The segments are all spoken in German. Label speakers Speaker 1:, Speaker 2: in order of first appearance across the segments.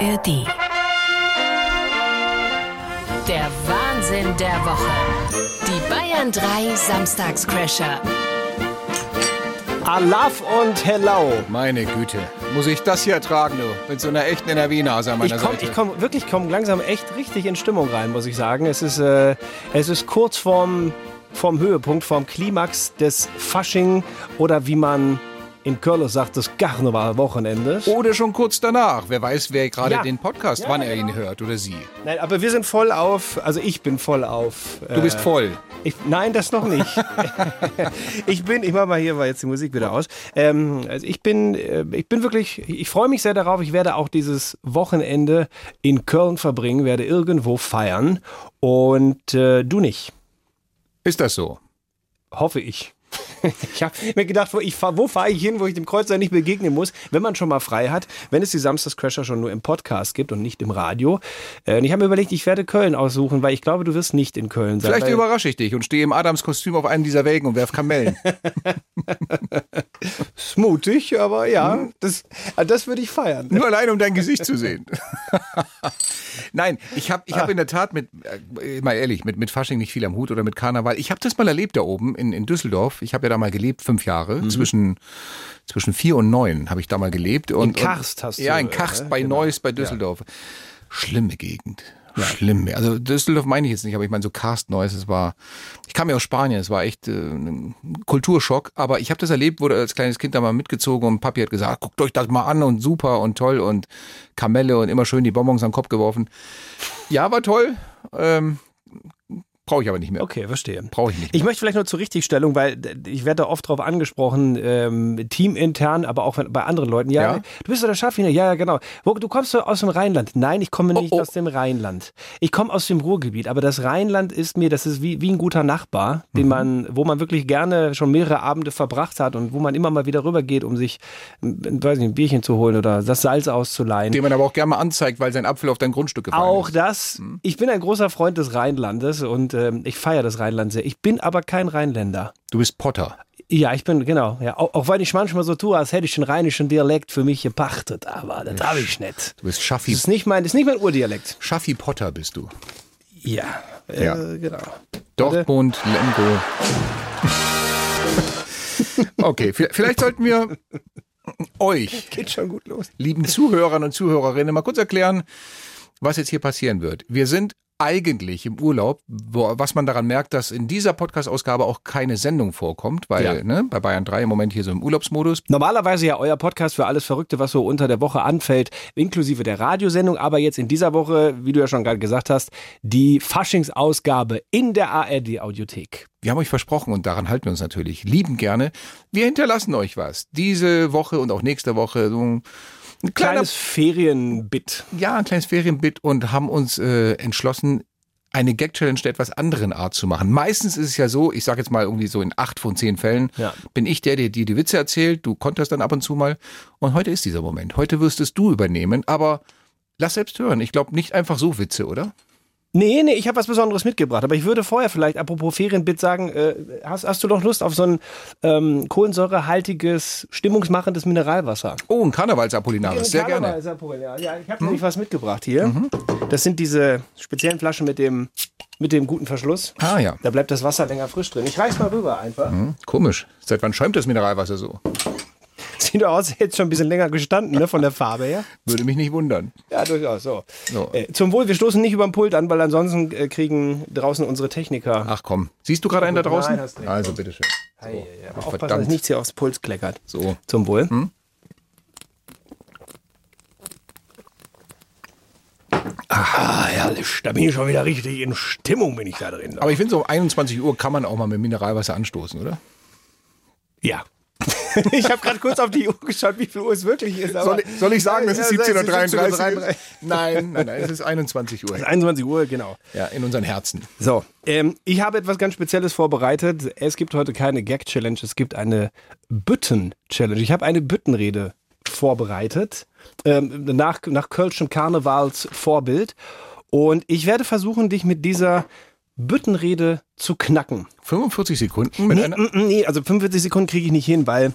Speaker 1: ARD. Der Wahnsinn der Woche. Die Bayern 3 Samstagscrasher.
Speaker 2: Alaf und Hello.
Speaker 3: Meine Güte, muss ich das hier tragen, du? Mit so einer echten NRW-Nase an meiner
Speaker 2: Ich komme
Speaker 3: Seite.
Speaker 2: ich komm, wirklich komm langsam echt richtig in Stimmung rein, muss ich sagen. Es ist, äh, es ist kurz vorm, vorm Höhepunkt, vorm Klimax des Fasching oder wie man in Köln sagt, des Karneval Wochenendes.
Speaker 3: Oder Oh, schon kurz danach. Wer weiß, wer gerade
Speaker 2: Ja.
Speaker 3: den Podcast,
Speaker 2: Ja,
Speaker 3: wann
Speaker 2: ja,
Speaker 3: er ihn
Speaker 2: genau.
Speaker 3: hört oder sie.
Speaker 2: Nein, aber wir sind voll auf, also ich bin voll auf.
Speaker 3: Du bist voll.
Speaker 2: Ich, nein, das noch nicht. ich bin, ich mach mal hier mal jetzt die Musik wieder aus. Ähm, also ich bin, äh, ich bin wirklich, ich freue mich sehr darauf. Ich werde auch dieses Wochenende in Köln verbringen, werde irgendwo feiern und äh, du nicht,
Speaker 3: Ist das so?
Speaker 2: hoffe ich. Ich habe mir gedacht, wo, ich fahr- wo fahre ich hin, wo ich dem Kreuzer nicht begegnen muss, wenn man schon mal frei hat, wenn es die Samstagscrasher schon nur im Podcast gibt und nicht im Radio. Äh, Und ich habe mir überlegt, ich werde Köln aussuchen, weil ich glaube, du wirst nicht in Köln sein.
Speaker 3: Vielleicht
Speaker 2: weil-
Speaker 3: überrasche ich dich und stehe im Adams-Kostüm auf einem dieser Wägen und werf Kamellen.
Speaker 2: Ist mutig, aber ja, das, äh, das würde ich feiern.
Speaker 3: Nur allein, um dein Gesicht zu sehen. Nein, ich habe ich hab in der Tat mit, äh, mal ehrlich, mit, mit Fasching nicht viel am Hut oder mit Karneval. Ich habe das mal erlebt da oben in, in Düsseldorf. Ich habe ja da mal gelebt, fünf Jahre. Zwischen, zwischen vier und neun habe ich da mal gelebt. Und,
Speaker 2: Karst
Speaker 3: und,
Speaker 2: hast du,
Speaker 3: Ja, in
Speaker 2: äh,
Speaker 3: Karst
Speaker 2: ne?
Speaker 3: bei Neuss, bei Düsseldorf. Schlimme Gegend. Schlimm. Also Düsseldorf meine ich jetzt nicht, aber ich meine so Karst Neuss, es war, ich kam ja aus Spanien, es war echt äh, ein Kulturschock, aber ich habe das erlebt, wurde als kleines Kind da mal mitgezogen und Papi hat gesagt, guckt euch das mal an und super und toll und Kamelle und immer schön die Bonbons an den Kopf geworfen. Ja, war toll, ähm, brauche ich aber nicht mehr.
Speaker 2: Okay, verstehe.
Speaker 3: Brauche ich nicht mehr.
Speaker 2: Ich möchte vielleicht nur zur Richtigstellung, weil d- ich werde da oft drauf angesprochen, ähm, teamintern, aber auch wenn- bei anderen Leuten. Ja,
Speaker 3: Ja.
Speaker 2: du bist doch der Schaffiner. Ja, ja, genau. Wo, du kommst doch aus dem Rheinland. Nein, ich komme nicht
Speaker 3: oh.
Speaker 2: aus dem Rheinland. Ich komme aus dem Ruhrgebiet, aber das Rheinland ist mir, das ist wie, wie ein guter Nachbar, den man, wo man wirklich gerne schon mehrere Abende verbracht hat und wo man immer mal wieder rübergeht, um sich, m- weiß nicht, ein Bierchen zu holen oder das Salz auszuleihen.
Speaker 3: Den man aber auch gerne mal anzeigt, weil sein Apfel auf dein Grundstück gefallen
Speaker 2: Auch
Speaker 3: ist.
Speaker 2: das.
Speaker 3: Hm?
Speaker 2: Ich bin ein großer Freund des Rheinlandes und ähm, ich feiere das Rheinland sehr. Ich bin aber kein Rheinländer.
Speaker 3: Du bist Potter.
Speaker 2: Ja, ich bin, genau. Ja, auch, auch wenn ich manchmal so tue, als hätte ich den rheinischen Dialekt für mich gepachtet, aber das habe ich nicht.
Speaker 3: Du bist
Speaker 2: Das
Speaker 3: Schaffi,
Speaker 2: ist nicht mein, das ist nicht mein Urdialekt.
Speaker 3: Schaffi Potter bist du.
Speaker 2: Ja,
Speaker 3: Ja.
Speaker 2: Äh, genau.
Speaker 3: Dortmund, Lemgo. Okay, vi- vielleicht sollten wir euch,
Speaker 2: Geht schon gut los.
Speaker 3: lieben Zuhörern und Zuhörerinnen, mal kurz erklären, was jetzt hier passieren wird. Wir sind eigentlich im Urlaub, wo, was man daran merkt, dass in dieser Podcast-Ausgabe auch keine Sendung vorkommt, weil
Speaker 2: Ja.
Speaker 3: ne, bei Bayern 3 im Moment hier so im Urlaubsmodus.
Speaker 2: Normalerweise ja euer Podcast für alles Verrückte, was so unter der Woche anfällt, inklusive der Radiosendung. Aber jetzt in dieser Woche, wie du ja schon gerade gesagt hast, die Faschingsausgabe in der ARD-Audiothek.
Speaker 3: Wir haben euch versprochen und daran halten wir uns natürlich lieben gerne. Wir hinterlassen euch was. Diese Woche und auch nächste Woche so ein kleiner
Speaker 2: Kleines Ferienbit.
Speaker 3: ja, ein kleines Ferienbit und haben uns äh, entschlossen, eine Gag-Challenge der etwas anderen Art zu machen. Meistens ist es ja so, ich sage jetzt mal irgendwie so in acht von zehn Fällen,
Speaker 2: Ja.
Speaker 3: bin ich der, der dir die Witze erzählt, du konterst dann ab und zu mal. Und heute ist dieser Moment. Heute wirst es du übernehmen, aber lass selbst hören. Ich glaube nicht einfach so Witze, oder?
Speaker 2: Nee, nee, ich habe was Besonderes mitgebracht. Aber ich würde vorher vielleicht, apropos Ferienbit, sagen, äh, hast, hast du doch Lust auf so ein ähm, kohlensäurehaltiges, stimmungsmachendes Mineralwasser?
Speaker 3: Oh, ein Karnevalsapollinaris, sehr gerne.
Speaker 2: Ja, ja, ich habe nämlich was mitgebracht hier. Das sind diese speziellen Flaschen mit dem, mit dem guten Verschluss.
Speaker 3: Ah ja,
Speaker 2: Da bleibt das Wasser länger frisch drin. Ich reiß mal rüber einfach.
Speaker 3: Hm, komisch. Seit wann schäumt das Mineralwasser so?
Speaker 2: Sieht doch aus, hätte schon ein bisschen länger gestanden, ne, von der Farbe her.
Speaker 3: Würde mich nicht wundern.
Speaker 2: Ja, durchaus, so.
Speaker 3: So.
Speaker 2: Äh, zum Wohl, wir stoßen nicht über den Pult an, weil ansonsten äh, kriegen draußen unsere Techniker.
Speaker 3: Ach komm, siehst du gerade einen da draußen?
Speaker 2: hast recht.
Speaker 3: also bitteschön. So.
Speaker 2: Aufpassen, dass nichts hier aufs Puls kleckert.
Speaker 3: So.
Speaker 2: Zum Wohl. Ah, herrlich. Da bin ich schon wieder richtig in Stimmung, bin ich da drin.
Speaker 3: Aber ich finde, so um 21 Uhr kann man auch mal mit Mineralwasser anstoßen, oder?
Speaker 2: Ja. ich habe gerade kurz auf die Uhr geschaut, wie viel Uhr es wirklich ist. aber-
Speaker 3: Soll ich, soll ich sagen, das ist
Speaker 2: Ja, ja,
Speaker 3: 17.33 Uhr?
Speaker 2: 17:33.
Speaker 3: Nein, nein, nein, es ist 21 Uhr.
Speaker 2: 21 Uhr, genau.
Speaker 3: Ja, in unseren Herzen.
Speaker 2: So, ähm, ich habe etwas ganz Spezielles vorbereitet. Es gibt heute keine Gag-Challenge, es gibt eine Bütten-Challenge. Ich habe eine Büttenrede vorbereitet, ähm, nach, nach Kölschem Karnevals Vorbild. Und ich werde versuchen, dich mit dieser Büttenrede zu knacken.
Speaker 3: 45 Sekunden mit
Speaker 2: Nee,
Speaker 3: einer.
Speaker 2: mm, mm, nee, also 45 Sekunden kriege ich nicht hin, weil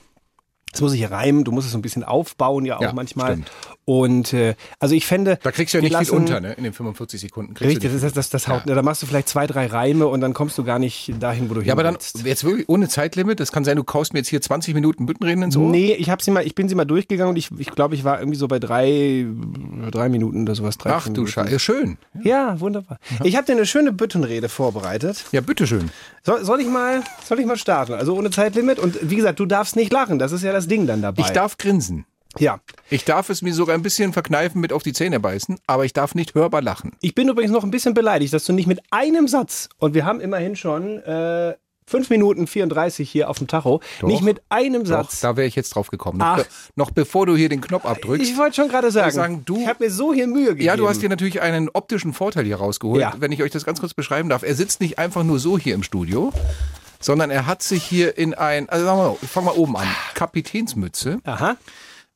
Speaker 2: das muss ich hier reimen, du musst es so ein bisschen aufbauen ja auch
Speaker 3: Ja,
Speaker 2: manchmal.
Speaker 3: stimmt.
Speaker 2: Und äh, also ich fände.
Speaker 3: Da kriegst du ja
Speaker 2: wir
Speaker 3: nicht
Speaker 2: lassen-
Speaker 3: viel unter, ne? In den 45 Sekunden. kriegst du
Speaker 2: Richtig,
Speaker 3: nicht-
Speaker 2: das, das, das, das haut, da machst du vielleicht zwei, drei Reime und dann kommst du gar nicht dahin, wo du
Speaker 3: Ja, aber dann
Speaker 2: willst.
Speaker 3: jetzt wirklich ohne Zeitlimit. Das kann sein, du kaust mir jetzt hier 20 Minuten Büttenreden ins Ohr.
Speaker 2: Nee, ich hab sie mal, ich bin sie mal durchgegangen und ich, ich glaube, ich war irgendwie so bei drei, drei Minuten oder sowas. drei,
Speaker 3: Ach
Speaker 2: vier
Speaker 3: du
Speaker 2: Minuten.
Speaker 3: Scheiße. Schön.
Speaker 2: Ja, wunderbar. Ich habe dir eine schöne Büttenrede vorbereitet.
Speaker 3: Ja, bitteschön.
Speaker 2: Soll, soll ich mal, soll ich mal starten? Also ohne Zeitlimit und wie gesagt, du darfst nicht lachen. Das ist ja das Ding dann dabei.
Speaker 3: Ich darf grinsen.
Speaker 2: Ja.
Speaker 3: Ich darf es mir sogar ein bisschen verkneifen mit auf die Zähne beißen, aber ich darf nicht hörbar lachen.
Speaker 2: Ich bin übrigens noch ein bisschen beleidigt, dass du nicht mit einem Satz und wir haben immerhin schon äh, 5 Minuten 34 hier auf dem Tacho,
Speaker 3: Doch.
Speaker 2: nicht mit einem
Speaker 3: Doch,
Speaker 2: Satz.
Speaker 3: da wäre ich jetzt drauf gekommen.
Speaker 2: Ach.
Speaker 3: Noch, be noch bevor du hier den Knopf
Speaker 2: ich
Speaker 3: abdrückst.
Speaker 2: wollte schon gerade sagen,
Speaker 3: sagen, du-
Speaker 2: ich habe mir so hier Mühe gegeben.
Speaker 3: Ja, du hast dir natürlich einen optischen Vorteil hier rausgeholt,
Speaker 2: Ja.
Speaker 3: wenn ich euch das ganz kurz beschreiben darf. Er sitzt nicht einfach nur so hier im Studio, sondern er hat sich hier in ein, also sagen wir mal, ich fang mal oben an, Kapitänsmütze,
Speaker 2: Aha.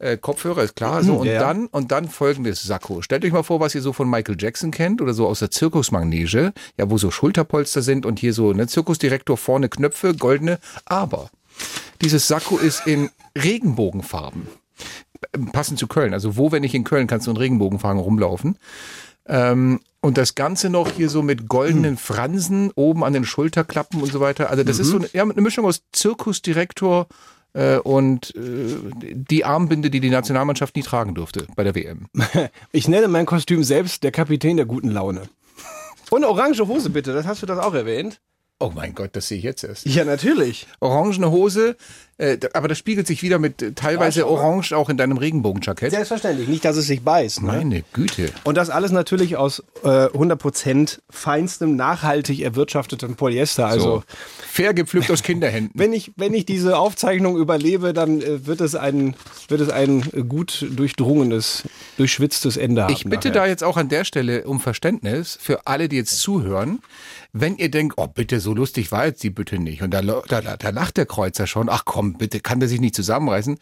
Speaker 3: äh, Kopfhörer ist klar, so und
Speaker 2: Mhm, ja.
Speaker 3: dann und dann folgendes Sakko. Stellt euch mal vor, was ihr so von Michael Jackson kennt oder so aus der Zirkusmanege, ja, wo so Schulterpolster sind und hier so ne Zirkusdirektor vorne Knöpfe, goldene, aber dieses Sakko ist in Regenbogenfarben. Passend zu Köln. Also wo, wenn nicht in Köln, kannst du in Regenbogenfarben rumlaufen. Und das Ganze noch hier so mit goldenen Fransen oben an den Schulterklappen und so weiter. Also das ist so eine, ja, eine Mischung aus Zirkusdirektor äh, und äh, die Armbinde, die die Nationalmannschaft nie tragen durfte bei der WM.
Speaker 2: Ich nenne mein Kostüm selbst der Kapitän der guten Laune. Und orange Hose bitte, das hast du das auch erwähnt.
Speaker 3: Oh mein Gott, das sehe ich jetzt erst.
Speaker 2: Ja, natürlich.
Speaker 3: Orangene Hose, äh, da- aber das spiegelt sich wieder mit äh, teilweise orange auch in deinem Regenbogenjackett.
Speaker 2: Selbstverständlich, nicht, dass es sich beißt. Ne?
Speaker 3: Meine Güte.
Speaker 2: Und das alles natürlich aus äh, 100% feinstem, nachhaltig erwirtschaftetem Polyester. Also
Speaker 3: So. Fair gepflückt aus Kinderhänden.
Speaker 2: wenn, ich, wenn ich diese Aufzeichnung überlebe, dann äh, wird, es ein, wird es ein äh, gut durchdrungenes, durchschwitztes Ende haben.
Speaker 3: Ich bitte
Speaker 2: nachher.
Speaker 3: da jetzt auch an der Stelle um Verständnis für alle, die jetzt zuhören. Wenn ihr denkt, oh bitte, so lustig war jetzt die Bitte nicht und da, lo- da, da, da lacht der Kreuzer schon, ach komm, bitte, kann der sich nicht zusammenreißen.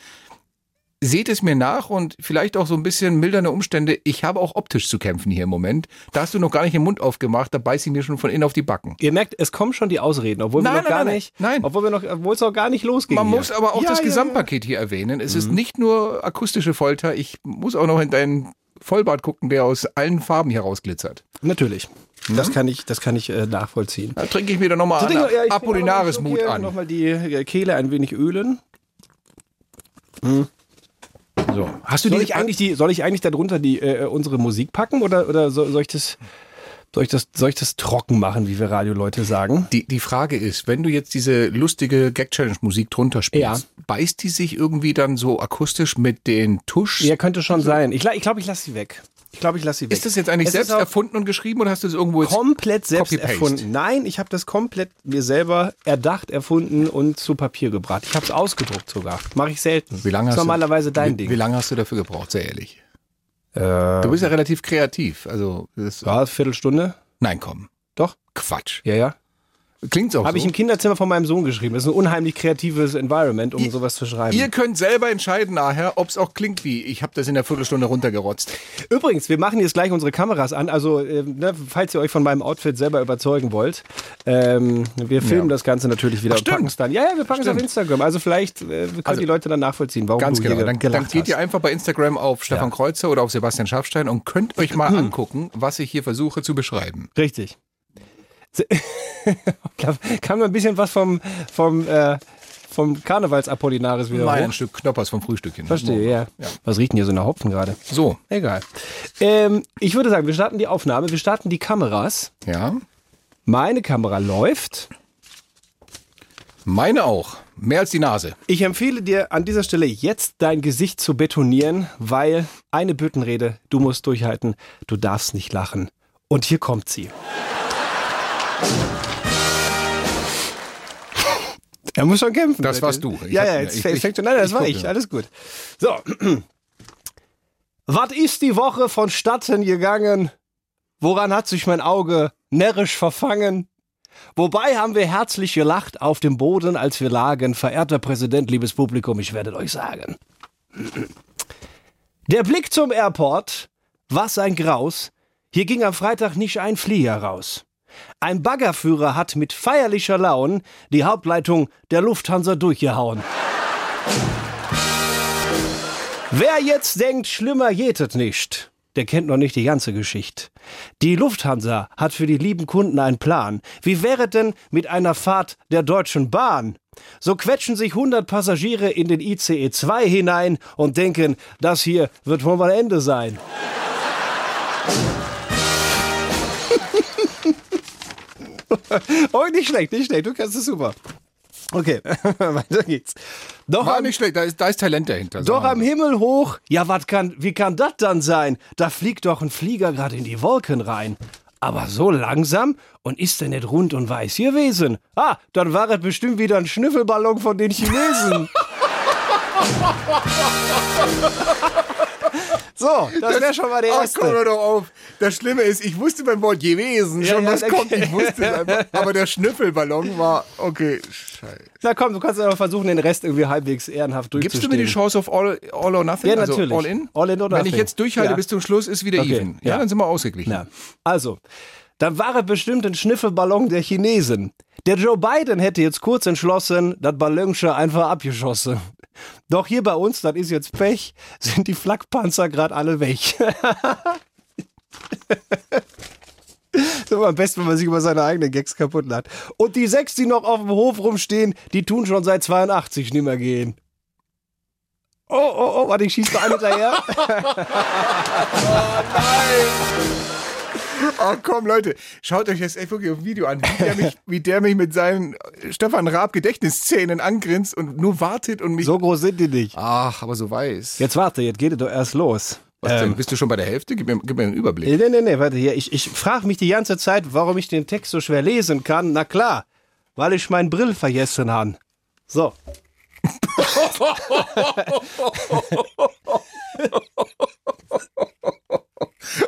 Speaker 3: Seht es mir nach und vielleicht auch so ein bisschen mildernde Umstände. Ich habe auch optisch zu kämpfen hier im Moment. Da hast du noch gar nicht den Mund aufgemacht, da beiß ich mir schon von innen auf die Backen.
Speaker 2: Ihr merkt, es kommen schon die Ausreden, obwohl wir
Speaker 3: Nein,
Speaker 2: noch gar
Speaker 3: nein, nein,
Speaker 2: nicht,
Speaker 3: nein.
Speaker 2: obwohl wir noch, obwohl es noch gar nicht losging.
Speaker 3: Man
Speaker 2: hier.
Speaker 3: muss aber auch
Speaker 2: Ja,
Speaker 3: das
Speaker 2: ja, Mhm.
Speaker 3: Gesamtpaket hier erwähnen. Es ist nicht nur akustische Folter, ich muss auch noch in deinen Vollbart gucken, der aus allen Farben hier rausglitzert.
Speaker 2: Ja. Natürlich.
Speaker 3: Mhm.
Speaker 2: Das kann ich, das kann ich äh, nachvollziehen.
Speaker 3: Da trinke ich mir dann nochmal
Speaker 2: Trinken wir- ja,
Speaker 3: einen
Speaker 2: ich trinke
Speaker 3: Apollinaris-Mut
Speaker 2: auch
Speaker 3: an.
Speaker 2: noch mal einen Schluck hier, Noch mal die äh, Kehle ein wenig ölen.
Speaker 3: So. Hast du
Speaker 2: Soll
Speaker 3: die
Speaker 2: ich eigentlich die, soll ich eigentlich darunter die äh, unsere Musik packen oder oder so, soll ich das, soll ich das, soll ich das trocken machen, wie wir Radioleute sagen?
Speaker 3: Die, die Frage ist, wenn du jetzt diese lustige Gag-Challenge-Musik drunter spielst, beißt die sich irgendwie dann so akustisch mit den Tusch?
Speaker 2: Ja, könnte schon sein. Ich, la- ich glaube, ich lasse sie weg. Ich glaube, ich lasse sie weg.
Speaker 3: Also Ist das jetzt eigentlich
Speaker 2: Es
Speaker 3: selbst
Speaker 2: ist auch
Speaker 3: erfunden und geschrieben oder hast du es irgendwo jetzt?
Speaker 2: Komplett selbst
Speaker 3: Copy-paste?
Speaker 2: erfunden. Nein, ich habe das komplett mir selber erdacht, erfunden und zu Papier gebracht. Ich habe es ausgedruckt sogar. Mache ich selten.
Speaker 3: Wie lange
Speaker 2: ist
Speaker 3: hast
Speaker 2: normalerweise
Speaker 3: du,
Speaker 2: dein
Speaker 3: wie,
Speaker 2: Ding. Ähm.
Speaker 3: Wie lange hast du dafür gebraucht, sehr ehrlich? Du bist ja relativ kreativ. Also, das,
Speaker 2: ja, Viertelstunde.
Speaker 3: nein, komm.
Speaker 2: Doch?
Speaker 3: Quatsch.
Speaker 2: Ja, ja.
Speaker 3: Klingt's auch
Speaker 2: Habe
Speaker 3: so.
Speaker 2: ich im Kinderzimmer von meinem Sohn geschrieben. Das ist ein unheimlich kreatives Environment, um sowas zu schreiben.
Speaker 3: Ihr könnt selber entscheiden nachher, ob es auch klingt wie, ich habe das in der Viertelstunde runtergerotzt.
Speaker 2: Übrigens, wir machen jetzt gleich unsere Kameras an. Also, äh, ne, falls ihr euch von meinem Outfit selber überzeugen wollt, ähm, wir filmen
Speaker 3: Ja.
Speaker 2: das Ganze natürlich wieder
Speaker 3: Ach,
Speaker 2: und packen
Speaker 3: stimmt.
Speaker 2: es dann. Ja, ja, wir packen es auf
Speaker 3: Stimmt.
Speaker 2: Instagram. Also, vielleicht äh, können die Leute dann nachvollziehen, warum
Speaker 3: Ganz
Speaker 2: du
Speaker 3: genau.
Speaker 2: hier
Speaker 3: Dann, dann
Speaker 2: gelacht
Speaker 3: geht ihr
Speaker 2: hast.
Speaker 3: einfach bei Instagram auf Stefan Kreuzer oder auf Sebastian Schafstein und könnt euch
Speaker 2: Hm.
Speaker 3: mal angucken, was ich hier versuche zu beschreiben.
Speaker 2: Richtig. Se- da kam ein bisschen was vom, vom, äh, vom Karnevals-Apollinaris wieder
Speaker 3: Mal
Speaker 2: hoch.
Speaker 3: ein Stück Knoppers vom Frühstückchen.
Speaker 2: Verstehe, ja. Was riecht denn hier so nach Hopfen gerade?
Speaker 3: So,
Speaker 2: Egal. Ähm, ich würde sagen, wir starten die Aufnahme, wir starten die Kameras.
Speaker 3: ja.
Speaker 2: Meine Kamera läuft.
Speaker 3: Meine auch. Mehr als die Nase.
Speaker 2: Ich empfehle dir an dieser Stelle jetzt dein Gesicht zu betonieren, weil eine Büttenrede, du musst durchhalten, du darfst nicht lachen. Und hier kommt sie. Er muss schon kämpfen.
Speaker 3: Das
Speaker 2: Leute.
Speaker 3: warst du. Ich
Speaker 2: ja,
Speaker 3: hab-
Speaker 2: ja, jetzt
Speaker 3: ich-
Speaker 2: fängt-
Speaker 3: ich-
Speaker 2: fängt schon an. Das
Speaker 3: ich
Speaker 2: war
Speaker 3: guck,
Speaker 2: ich.
Speaker 3: ja.
Speaker 2: Alles gut. So. Was ist die Woche vonstatten gegangen? Woran hat sich mein Auge närrisch verfangen? Wobei haben wir herzlich gelacht auf dem Boden, als wir lagen. Verehrter Präsident, liebes Publikum, ich werde euch sagen. Der Blick zum Airport, was ein Graus. Hier ging am Freitag nicht ein Flieger raus. Ein Baggerführer hat mit feierlicher Laune die Hauptleitung der Lufthansa durchgehauen. Wer jetzt denkt, schlimmer jetet nicht, der kennt noch nicht die ganze Geschichte. Die Lufthansa hat für die lieben Kunden einen Plan. Wie wäre denn mit einer Fahrt der Deutschen Bahn? So quetschen sich 100 Passagiere in den ICE 2 hinein und denken, das hier wird wohl mal Ende sein. oh, nicht schlecht, nicht schlecht, du kannst es super. Okay, weiter geht's. Doch
Speaker 3: War
Speaker 2: am-
Speaker 3: Ah, nicht schlecht, da ist, da ist Talent dahinter.
Speaker 2: doch am
Speaker 3: sagen wir.
Speaker 2: Himmel hoch. Ja, wat kann, wie kann das dann sein? Da fliegt doch ein Flieger gerade in die Wolken rein. Aber so langsam und ist er nicht rund und weiß gewesen. Ah, dann war es bestimmt wieder ein Schnüffelballon von den Chinesen. so, das wäre schon mal der
Speaker 3: Ach, komm
Speaker 2: erste.
Speaker 3: hör doch auf. Das Schlimme ist, ich wusste beim Wort gewesen
Speaker 2: Ja,
Speaker 3: schon,
Speaker 2: ja,
Speaker 3: was
Speaker 2: okay.
Speaker 3: kommt. Ich wusste es einfach. Aber der Schnüffelballon war, okay, scheiße.
Speaker 2: Na komm, du kannst aber versuchen, den Rest irgendwie halbwegs ehrenhaft
Speaker 3: Gibst
Speaker 2: durchzustehen.
Speaker 3: du mir die Chance auf All, all or Nothing?
Speaker 2: Ja,
Speaker 3: also
Speaker 2: natürlich.
Speaker 3: All in?
Speaker 2: All in or
Speaker 3: Wenn ich
Speaker 2: nothing.
Speaker 3: jetzt durchhalte
Speaker 2: Ja.
Speaker 3: bis zum Schluss, ist wieder
Speaker 2: Okay,
Speaker 3: even. Ja,
Speaker 2: ja.
Speaker 3: dann sind wir ausgeglichen.
Speaker 2: Ja. Also, dann war er bestimmt ein Schniffelballon der Chinesen. Der Joe Biden hätte jetzt kurz entschlossen, das Ballonsche einfach abgeschossen. Doch hier bei uns, das ist jetzt Pech, sind die Flakpanzer gerade alle weg. ist immer am besten, wenn man sich über seine eigenen Gags kaputt lacht. Und die sechs, die noch auf dem Hof rumstehen, die tun schon seit 82 nimmer gehen. Oh, oh, oh, warte, ich schieße einen hinterher.
Speaker 3: Oh, komm, Leute, schaut euch das echt wirklich auf Video an, wie der mich, wie der mich mit seinen Stefan Raab Gedächtnisszähnen angrinst und nur wartet und mich.
Speaker 2: so groß sind die nicht.
Speaker 3: Ach, aber so weiß.
Speaker 2: Jetzt warte, jetzt geht es doch erst los.
Speaker 3: Was denn? Bist du schon bei der Hälfte? Gib mir, gib mir einen Überblick.
Speaker 2: Nee, nee, nee, nee, warte hier. Ich, ich frage mich die ganze Zeit, warum ich den Text so schwer lesen kann. Na klar, weil ich meinen Brill vergessen habe. So.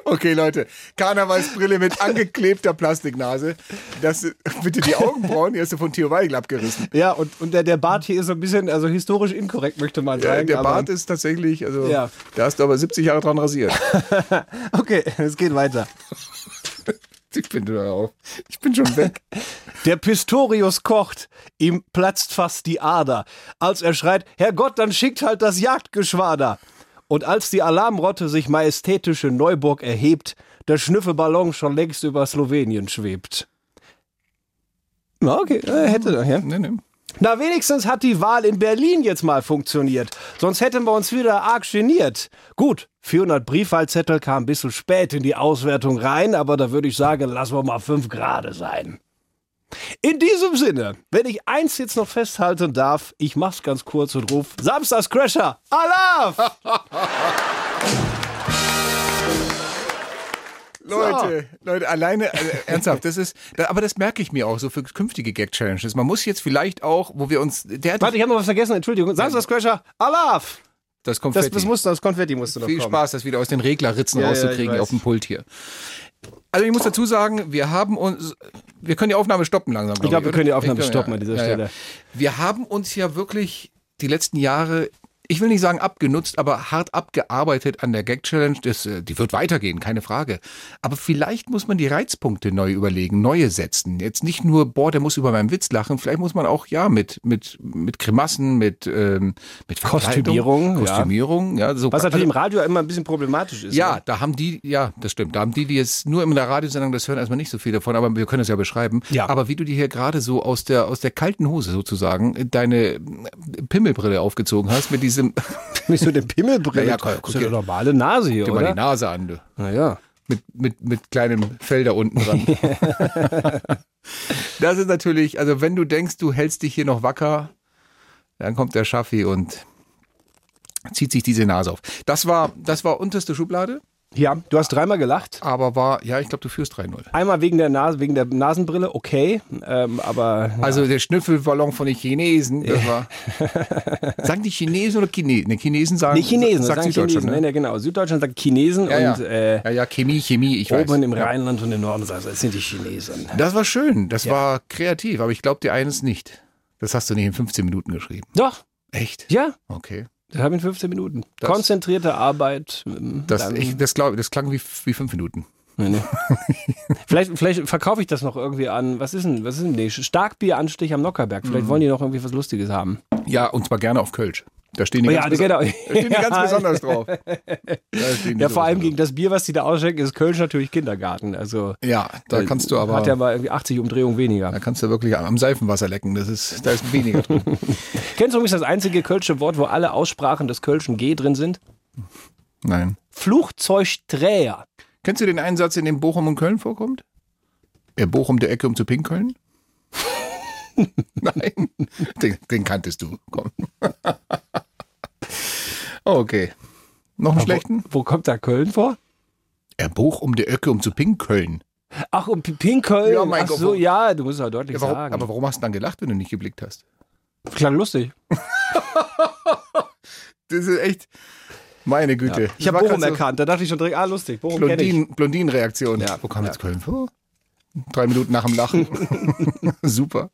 Speaker 3: Okay, Leute. Karnevalsbrille mit angeklebter Plastiknase. Das, bitte die Augenbrauen, die hast du von Theo Weigel abgerissen.
Speaker 2: Ja, und, und der, der Bart hier ist so ein bisschen, also historisch inkorrekt, möchte man sagen.
Speaker 3: der
Speaker 2: aber-
Speaker 3: Bart ist tatsächlich, also,
Speaker 2: Ja.
Speaker 3: da hast du aber 70 Jahre dran rasiert.
Speaker 2: Okay, es geht weiter.
Speaker 3: Ich bin, da auf. ich bin schon weg.
Speaker 2: Der Pistorius kocht, ihm platzt fast die Ader, als er schreit, Herrgott, dann schickt halt das Jagdgeschwader. Und als die Alarmrotte sich majestätisch in Neuburg erhebt, der Schnüffelballon schon längst über Slowenien schwebt. Na, okay, äh, hätte doch, ja.
Speaker 3: Nee, nee.
Speaker 2: Na, wenigstens hat die Wahl in Berlin jetzt mal funktioniert. Sonst hätten wir uns wieder arg geniert. Gut, 400 Briefwahlzettel kamen ein bisschen spät in die Auswertung rein, aber da würde ich sagen, lassen wir mal 5 Grade sein. In diesem Sinne, wenn ich eins jetzt noch festhalten darf, ich mach's ganz kurz und ruf Samstagscrasher, Alarv!
Speaker 3: Leute, Leute, alleine, also, ernsthaft, das ist, da, aber das merke ich mir auch so für künftige Gag-Challenges. Man muss jetzt vielleicht auch, wo wir uns, der hat
Speaker 2: Warte, ich habe noch was vergessen, Entschuldigung. Samstagscrasher, Alarv!
Speaker 3: das
Speaker 2: Das,
Speaker 3: Konfetti.
Speaker 2: das, musste, das Konfetti musste noch
Speaker 3: Viel
Speaker 2: kommen.
Speaker 3: Spaß, das wieder aus den Reglerritzen
Speaker 2: Ja, ja,
Speaker 3: rauszukriegen
Speaker 2: ich weiß.
Speaker 3: auf dem Pult hier. Also ich muss dazu sagen, wir haben uns, wir können die Aufnahme stoppen langsam.
Speaker 2: Ich glaube, wir
Speaker 3: oder?
Speaker 2: können die Aufnahme
Speaker 3: Ich glaube,
Speaker 2: stoppen an dieser Stelle.
Speaker 3: Wir haben uns ja wirklich die letzten Jahre, ich will nicht sagen abgenutzt, aber hart abgearbeitet an der Gag Challenge. Das, äh, die wird weitergehen, keine Frage. Aber vielleicht muss man die Reizpunkte neu überlegen, neue setzen. Jetzt nicht nur, boah, der muss über meinen Witz lachen. Vielleicht muss man auch ja mit mit mit Grimassen, mit ähm, mit Verkleidung,
Speaker 2: Kostümierung, ja.
Speaker 3: Kostümierung, ja, so Also
Speaker 2: Was natürlich im Radio immer ein bisschen problematisch ist. ne?
Speaker 3: ja, da haben die, ja, das stimmt. Da haben die, die jetzt nur in der Radiosendung das hören, erstmal nicht so viel davon, aber wir können das ja beschreiben.
Speaker 2: Ja.
Speaker 3: Aber wie du dir hier gerade so aus der, aus der kalten Hose sozusagen deine Pimmelbrille aufgezogen hast mit diesem,
Speaker 2: Nicht so eine Pimmelbrille.
Speaker 3: Ja, ja, komm, guck
Speaker 2: so eine
Speaker 3: dir-
Speaker 2: normale Nase hier,
Speaker 3: gib mal die
Speaker 2: oder?
Speaker 3: Nase an, du.
Speaker 2: Naja.
Speaker 3: Mit, mit, mit kleinem Fell da unten dran. das ist natürlich, also wenn du denkst, du hältst dich hier noch wacker, dann kommt der Schaffi und zieht sich diese Nase auf. Das war, das war unterste Schublade,
Speaker 2: Ja, du hast dreimal gelacht.
Speaker 3: aber war, ja, ich glaube, du führst 3-0.
Speaker 2: Einmal wegen der Nase, wegen der Nasenbrille, okay, ähm, aber
Speaker 3: Also der Schnüffelballon von den Chinesen, das war. Sagen die Chinesen oder Chinesen? Ne, Chinesen sagen.
Speaker 2: nicht Chinesen,
Speaker 3: sagt
Speaker 2: das sagen
Speaker 3: Süddeutschland,
Speaker 2: Chinesen. Ne? Ja, genau. Süddeutschland sagt Chinesen
Speaker 3: Ne? Ja,
Speaker 2: und
Speaker 3: ja.
Speaker 2: äh,
Speaker 3: ja, ja, Chemie, Chemie, ich weiß.
Speaker 2: oben im
Speaker 3: ja.
Speaker 2: Rheinland und im Norden sagt, das sind die Chinesen.
Speaker 3: Das war schön, das war kreativ, aber ich glaube dir eines nicht. Das hast du nicht in 15 Minuten geschrieben.
Speaker 2: Doch,
Speaker 3: Echt?
Speaker 2: ja,
Speaker 3: Okay.
Speaker 2: das haben wir in 15 Minuten.
Speaker 3: Das-
Speaker 2: Konzentrierte Arbeit. ähm,
Speaker 3: Das,
Speaker 2: dann-
Speaker 3: ich, das, glaub, das klang wie, wie fünf Minuten.
Speaker 2: Nee, nee. vielleicht vielleicht verkaufe ich das noch irgendwie an, was ist denn,
Speaker 3: Mhm.
Speaker 2: was ist denn die? Starkbieranstich am Nockerberg. Vielleicht wollen die noch irgendwie was Lustiges haben.
Speaker 3: Ja, und zwar gerne auf Kölsch. Da stehen die,
Speaker 2: Oh
Speaker 3: ganz,
Speaker 2: ja, genau.
Speaker 3: beso- da stehen die ganz
Speaker 2: Ja.
Speaker 3: besonders drauf. Da stehen die
Speaker 2: Ja, vor
Speaker 3: sowas
Speaker 2: allem
Speaker 3: drauf.
Speaker 2: gegen das Bier, was die da ausschenken, ist Kölsch natürlich Kindergarten. Also
Speaker 3: Ja, da kannst du aber.
Speaker 2: hat ja mal irgendwie 80 Umdrehungen weniger.
Speaker 3: da kannst du wirklich am Seifenwasser lecken. Das ist, da ist weniger drin.
Speaker 2: Kennst du übrigens das einzige kölsche Wort, wo alle Aussprachen des kölschen G drin sind?
Speaker 3: Nein.
Speaker 2: Flugzeugträger.
Speaker 3: Kennst du den Einsatz, in dem Bochum und Köln vorkommt? Äh, Bochum der Ecke um zu pinkeln? Nein, den, den kanntest du. Komm. okay. Noch einen schlechten?
Speaker 2: Wo kommt da Köln vor?
Speaker 3: Er boch um die Ecke um zu pinkeln.
Speaker 2: Ach, und Pinkeln.
Speaker 3: Ja, mein
Speaker 2: Ach
Speaker 3: Gott,
Speaker 2: so,
Speaker 3: wo-
Speaker 2: ja, du musst ja deutlich
Speaker 3: Ja, warum,
Speaker 2: sagen.
Speaker 3: aber warum hast du dann gelacht, wenn du nicht geblickt hast?
Speaker 2: Klang lustig.
Speaker 3: Das ist echt, meine Güte.
Speaker 2: Ich habe
Speaker 3: Das war
Speaker 2: Bochum
Speaker 3: grad so
Speaker 2: erkannt. Da dachte ich schon direkt, ah, lustig, Bochum kenne ich.
Speaker 3: Blondinen, Blondinenreaktion.
Speaker 2: Ja,
Speaker 3: Wo kam
Speaker 2: ja.
Speaker 3: jetzt Köln vor? Drei Minuten nach dem Lachen. Super.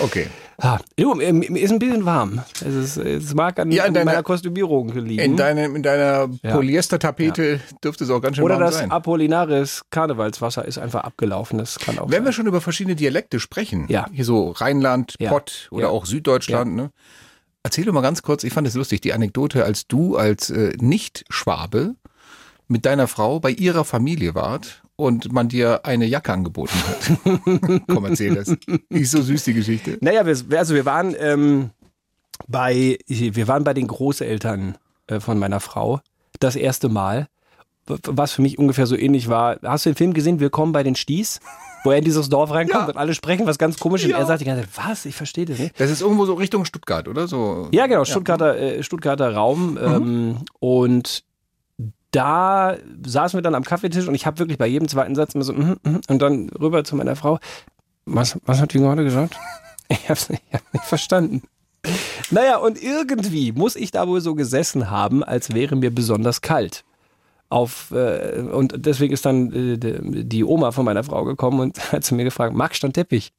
Speaker 3: Okay.
Speaker 2: Ah, jo, ähm, ist ein bisschen warm. Es, ist, es mag an,
Speaker 3: Ja, in
Speaker 2: an
Speaker 3: deiner-
Speaker 2: meiner Kostümierung liegen.
Speaker 3: In, deinem, in deiner
Speaker 2: Mhm. Ja.
Speaker 3: Polyestertapete dürfte es auch ganz schön
Speaker 2: Oder
Speaker 3: warm
Speaker 2: das
Speaker 3: sein.
Speaker 2: Apollinaris Karnevalswasser ist einfach abgelaufen. Das kann auch
Speaker 3: Wenn wir
Speaker 2: sein.
Speaker 3: schon über verschiedene Dialekte sprechen,
Speaker 2: Ja.
Speaker 3: hier so Rheinland,
Speaker 2: Ja.
Speaker 3: Pott oder
Speaker 2: Ja.
Speaker 3: auch Süddeutschland, ne? erzähl doch mal ganz kurz, ich fand es lustig, die Anekdote, als du als äh, Nicht-Schwabe mit deiner Frau bei ihrer Familie wart und man dir eine Jacke angeboten hat. Komm, erzähl das. Die ist so süß, die Geschichte.
Speaker 2: Naja, wir, also wir waren ähm, bei wir waren bei den Großeltern äh, von meiner Frau das erste Mal, w- was für mich ungefähr so ähnlich war. Hast du den Film gesehen? Willkommen bei den Sties, wo er in dieses Dorf reinkommt
Speaker 3: Ja.
Speaker 2: und alle sprechen was ganz Komisches.
Speaker 3: Ja.
Speaker 2: Und er sagt die ganze Zeit, was? Ich verstehe das nicht.
Speaker 3: Das ist irgendwo so Richtung Stuttgart, oder? So,
Speaker 2: Ja, genau, Stuttgarter, Äh, Stuttgarter Raum. Ähm, und da saßen wir dann am Kaffeetisch und ich habe wirklich bei jedem zweiten Satz immer so, mhm, mhm, und dann rüber zu meiner Frau. Was, was hat die gerade gesagt? Ich hab's nicht, ich hab's nicht verstanden. Naja, und irgendwie muss ich da wohl so gesessen haben, als wäre mir besonders kalt. Auf, äh, und deswegen ist dann äh, de- die Oma von meiner Frau gekommen und hat zu mir gefragt, magst du einen Teppich?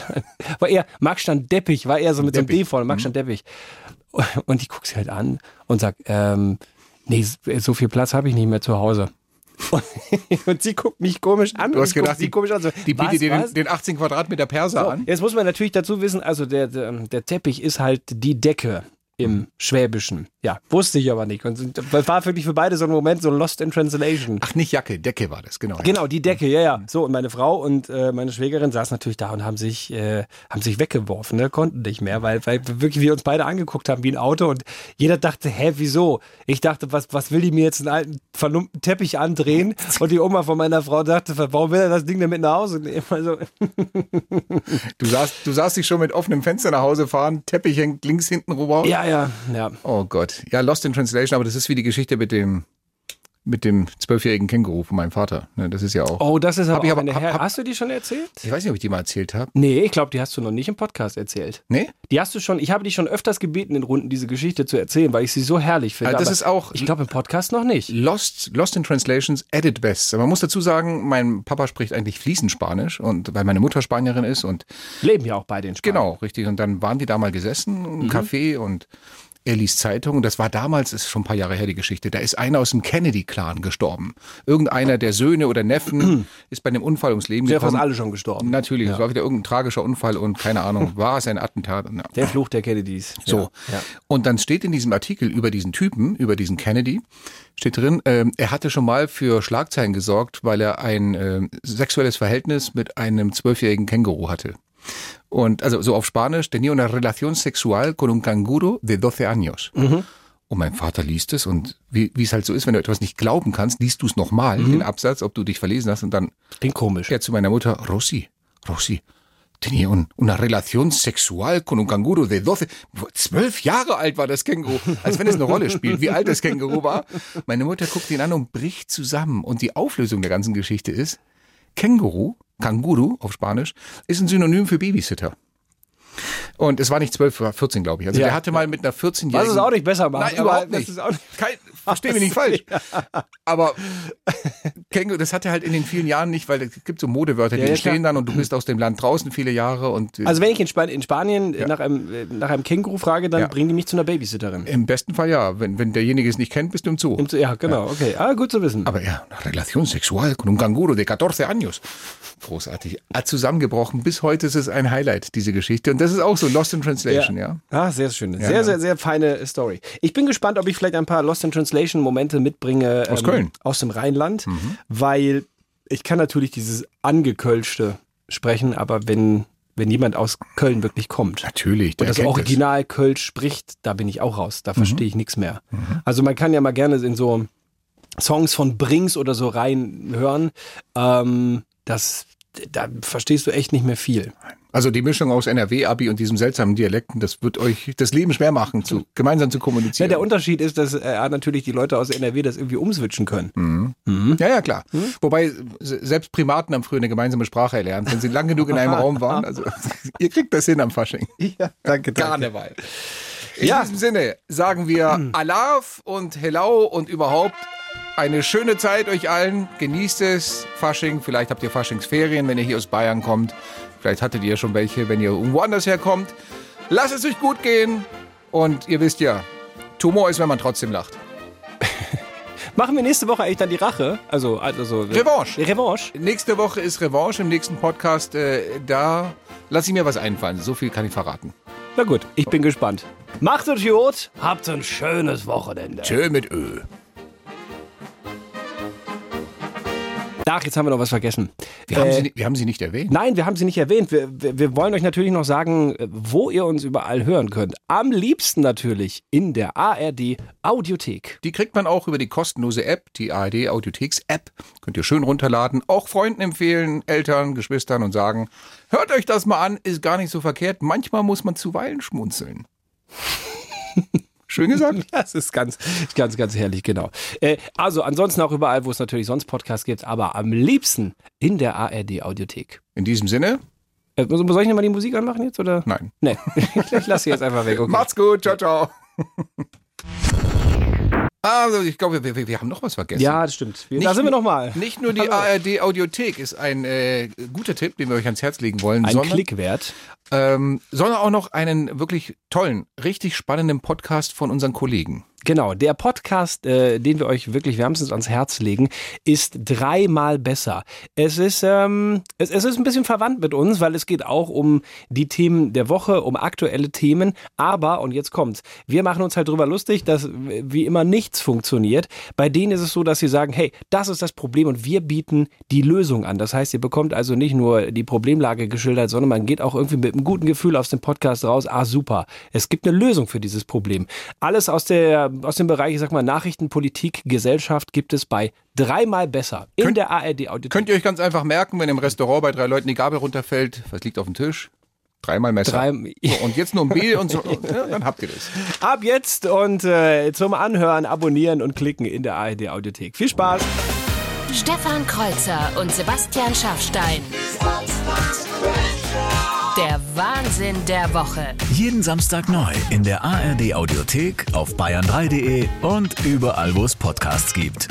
Speaker 2: War eher, magst du einen Teppich? War eher so mit so einem D
Speaker 3: Teppich. Mhm.
Speaker 2: vorne, magst du einen Teppich? Und ich guck sie halt an und sag, ähm, nee, so viel Platz habe ich nicht mehr zu Hause. Und, und sie guckt mich komisch an.
Speaker 3: Du
Speaker 2: und
Speaker 3: hast
Speaker 2: ich genau. guck
Speaker 3: gedacht,
Speaker 2: sie
Speaker 3: die-
Speaker 2: komisch an. So,
Speaker 3: Die
Speaker 2: was,
Speaker 3: bietet dir
Speaker 2: was? Oh,
Speaker 3: den, den 18 Quadratmeter Perser an.
Speaker 2: Jetzt muss man natürlich dazu wissen, also der, der, der Teppich ist halt die Decke
Speaker 3: Mhm.
Speaker 2: im Schwäbischen. Ja, wusste ich aber nicht. Und war wirklich für beide so ein Moment so Lost in Translation.
Speaker 3: Ach, nicht Jacke, Decke war das, genau.
Speaker 2: Genau, die Decke, ja, ja. So, und meine Frau und äh, meine Schwägerin saßen natürlich da und haben sich, äh, haben sich weggeworfen, ne? konnten nicht mehr, weil, weil wirklich wir uns beide angeguckt haben wie ein Auto und jeder dachte, hä, wieso? Ich dachte, was, was will die mir jetzt einen alten, verlumpten Teppich andrehen? Und die Oma von meiner Frau dachte, warum will er das Ding denn mit nach Hause nehmen? Also,
Speaker 3: Du saßt, du saßt dich schon mit offenem Fenster nach Hause fahren, Teppich hängt links hinten rüber.
Speaker 2: ja, ja, ja.
Speaker 3: Oh Gott. Ja, Lost in Translation, aber das ist wie die Geschichte mit dem mit dem zwölfjährigen Känguru von meinem Vater. Ne, das ist ja auch.
Speaker 2: Oh, das ist aber,
Speaker 3: Hab ich
Speaker 2: auch
Speaker 3: aber-
Speaker 2: eine
Speaker 3: hab-
Speaker 2: Her
Speaker 3: hab-
Speaker 2: Hast du die schon erzählt?
Speaker 3: Ich weiß nicht, ob ich die mal erzählt habe.
Speaker 2: Nee, ich glaube, die hast du noch nicht im Podcast erzählt.
Speaker 3: Nee?
Speaker 2: Die hast du schon, ich habe dich schon öfters gebeten in Runden, diese Geschichte zu erzählen, weil ich sie so herrlich finde.
Speaker 3: Ah, das
Speaker 2: aber
Speaker 3: ist auch-
Speaker 2: Ich glaube, im Podcast noch nicht.
Speaker 3: Lost, Lost in Translations at it best. Man muss dazu sagen, mein Papa spricht eigentlich fließend Spanisch und weil meine Mutter Spanierin ist und
Speaker 2: Leben ja auch beide in Spanien.
Speaker 3: Genau, richtig. Und dann waren die da mal gesessen,
Speaker 2: Mhm.
Speaker 3: im Café und er liest Zeitung. Und das war damals, ist schon ein paar Jahre her die Geschichte, da ist einer aus dem Kennedy-Clan gestorben. Irgendeiner der Söhne oder Neffen ist bei einem Unfall ums Leben
Speaker 2: Sind ja fast
Speaker 3: gekommen.
Speaker 2: alle schon gestorben.
Speaker 3: Natürlich, es war wieder irgendein tragischer Unfall und keine Ahnung, war es ein Attentat? Na,
Speaker 2: Der Fluch der Kennedys.
Speaker 3: so.
Speaker 2: Ja. Ja.
Speaker 3: Und dann steht in diesem Artikel über diesen Typen, über diesen Kennedy, steht drin, ähm, er hatte schon mal für Schlagzeilen gesorgt, weil er ein ähm, sexuelles Verhältnis mit einem zwölfjährigen Känguru hatte. Und also so auf Spanisch, tenía una relación sexual con un canguro de 12 años.
Speaker 2: Mhm.
Speaker 3: Und mein Vater liest es und wie wie es halt so ist, wenn du etwas nicht glauben kannst, liest du es nochmal,
Speaker 2: Mhm.
Speaker 3: den Absatz, ob du dich verlesen hast und dann
Speaker 2: Klingt komisch.
Speaker 3: er zu meiner Mutter, Rosy, Rosy, tenía un, una relación sexual con un canguro de 12, zwölf Jahre alt war das Känguru, als wenn es eine Rolle spielt, wie alt das Känguru war. Meine Mutter guckt ihn an und bricht zusammen. Und die Auflösung der ganzen Geschichte ist, Känguru, Kanguru auf Spanisch, ist ein Synonym für Babysitter. Und es war nicht zwölf, war 14, glaube ich. Also
Speaker 2: Ja.
Speaker 3: der hatte mal mit einer 14-jährigen...
Speaker 2: Was es auch nicht besser macht.
Speaker 3: Nein, überhaupt
Speaker 2: aber das
Speaker 3: nicht.
Speaker 2: Ist auch nicht.
Speaker 3: Kein, versteh mich nicht falsch. Aber Känguru, das hat er halt in den vielen Jahren nicht, weil es gibt so Modewörter, die
Speaker 2: Ja, ja,
Speaker 3: entstehen
Speaker 2: klar.
Speaker 3: dann und du bist aus dem Land draußen viele Jahre und äh,
Speaker 2: Also wenn ich in, Span in Spanien nach, einem, äh, nach einem Känguru frage, dann
Speaker 3: Ja.
Speaker 2: bringen die mich zu einer Babysitterin.
Speaker 3: im besten Fall ja. Wenn, wenn derjenige es nicht kennt, bist du im Zoo.
Speaker 2: Im Zoo- Ja, genau, okay. Ah, gut zu wissen.
Speaker 3: Aber ja, una relación sexual con un canguro de 14 años. Großartig. Ah, Zusammengebrochen. Bis heute ist es ein Highlight, diese Geschichte. Und das ist auch so Lost in Translation, ja.
Speaker 2: Ah, sehr schön. sehr,
Speaker 3: ja.
Speaker 2: sehr, sehr feine Story. Ich bin gespannt, ob ich vielleicht ein paar Lost in Translation Momente mitbringe. ähm,
Speaker 3: Aus Köln. Mhm.
Speaker 2: Aus dem Rheinland, weil ich kann natürlich dieses angekölschte sprechen, aber wenn, wenn jemand aus Köln wirklich kommt
Speaker 3: Natürlich.
Speaker 2: und
Speaker 3: der
Speaker 2: das
Speaker 3: kennt Mhm.
Speaker 2: Original Kölsch spricht, da bin ich auch raus. Da verstehe ich nichts mehr. Also man kann ja mal gerne in so Songs von Brings oder so reinhören. Ähm, das, da verstehst du echt nicht mehr viel.
Speaker 3: Also die Mischung aus NRW-Abi und diesem seltsamen Dialekten, das wird euch das Leben schwer machen, zu, gemeinsam zu
Speaker 2: Ja,
Speaker 3: kommunizieren.
Speaker 2: Ne, der Unterschied ist, dass äh, natürlich die Leute aus NRW das irgendwie umswitchen können.
Speaker 3: Mhm. Ja, ja, klar.
Speaker 2: Hm?
Speaker 3: Wobei äh, se- selbst Primaten haben früher eine gemeinsame Sprache erlernt, wenn sie lang genug in einem Raum waren. Also ihr kriegt das hin am Fasching.
Speaker 2: Ja, danke,
Speaker 3: Karneval. In
Speaker 2: Ja. Hm.
Speaker 3: diesem Sinne sagen wir Alaf und Hello und überhaupt eine schöne Zeit euch allen. Genießt es, Fasching. Vielleicht habt ihr Faschingsferien, wenn ihr hier aus Bayern kommt. Vielleicht hattet ihr schon welche, wenn ihr irgendwo anders herkommt. Lasst es euch gut gehen. Und ihr wisst ja, Tumor ist, wenn man trotzdem lacht.
Speaker 2: Machen wir nächste Woche eigentlich dann die Rache? Also, also
Speaker 3: Revanche.
Speaker 2: Revanche.
Speaker 3: Nächste Woche ist Revanche im nächsten Podcast. Äh, da lasse ich mir was einfallen. So viel kann ich verraten.
Speaker 2: Na gut, ich bin gespannt. Macht es gut, habt ein schönes Wochenende.
Speaker 3: Tschö mit Ö.
Speaker 2: Ach, jetzt haben wir noch was vergessen.
Speaker 3: Wir, haben,
Speaker 2: Äh,
Speaker 3: sie, ni- wir haben sie nicht erwähnt.
Speaker 2: Nein, wir haben sie nicht erwähnt. Wir, wir, wir wollen euch natürlich noch sagen, äh, wo ihr uns überall hören könnt. Am liebsten natürlich in der ARD Audiothek.
Speaker 3: Die kriegt man auch über die kostenlose App, die ARD Audiotheks App. Könnt ihr schön runterladen, auch Freunden empfehlen, Eltern, Geschwistern und sagen, hört euch das mal an, ist gar nicht so verkehrt. Manchmal muss man zuweilen schmunzeln. schön gesagt.
Speaker 2: Das ist ganz, ganz, ganz herrlich, genau. Äh, also ansonsten auch überall, wo es natürlich sonst Podcasts gibt, aber am liebsten in der ARD Audiothek.
Speaker 3: In diesem Sinne,
Speaker 2: Äh, soll soll ich nochmal die Musik anmachen jetzt? Oder?
Speaker 3: nein.
Speaker 2: Nee, ich lasse sie jetzt einfach weg. Okay.
Speaker 3: Macht's gut, ciao, ciao. Also, ich glaube, wir, wir, wir haben noch was vergessen.
Speaker 2: Ja, das stimmt. Wir, da sind wir nochmal.
Speaker 3: Nicht nur die ARD Audiothek ist ein äh, guter Tipp, den wir euch ans Herz legen wollen,
Speaker 2: Ein
Speaker 3: sondern,
Speaker 2: Klickwert.
Speaker 3: ähm, sondern auch noch einen wirklich tollen, richtig spannenden Podcast von unseren Kollegen.
Speaker 2: Genau, der Podcast, äh, den wir euch wirklich wärmstens ans Herz legen, ist dreimal besser. Es ist, ähm, es, es ist ein bisschen verwandt mit uns, weil es geht auch um die Themen der Woche, um aktuelle Themen. Aber, und jetzt kommt's, wir machen uns halt drüber lustig, dass äh, wie immer nichts funktioniert. Bei denen ist es so, dass sie sagen, hey, das ist das Problem und wir bieten die Lösung an. Das heißt, ihr bekommt also nicht nur die Problemlage geschildert, sondern man geht auch irgendwie mit einem guten Gefühl aus dem Podcast raus. Ah, super. Es gibt eine Lösung für dieses Problem. Alles aus, der, aus dem Bereich, ich sag mal, Nachrichten, Politik, Gesellschaft gibt es bei dreimal besser in der ARD Audiothek.
Speaker 3: Könnt ihr euch ganz einfach merken, wenn im Restaurant bei drei Leuten die Gabel runterfällt, was liegt auf dem Tisch? Dreimal Messer.
Speaker 2: Drei-
Speaker 3: so, und jetzt nur ein Bier und so, und, ja, dann habt ihr das.
Speaker 2: Ab jetzt und äh, zum Anhören, Abonnieren und Klicken in der ARD Audiothek. Viel Spaß!
Speaker 1: Stefan Kreuzer und Sebastian Schaffstein. Der Wahnsinn der Woche.
Speaker 4: Jeden Samstag neu in der ARD Audiothek, auf bayern3.de und überall, wo es Podcasts gibt.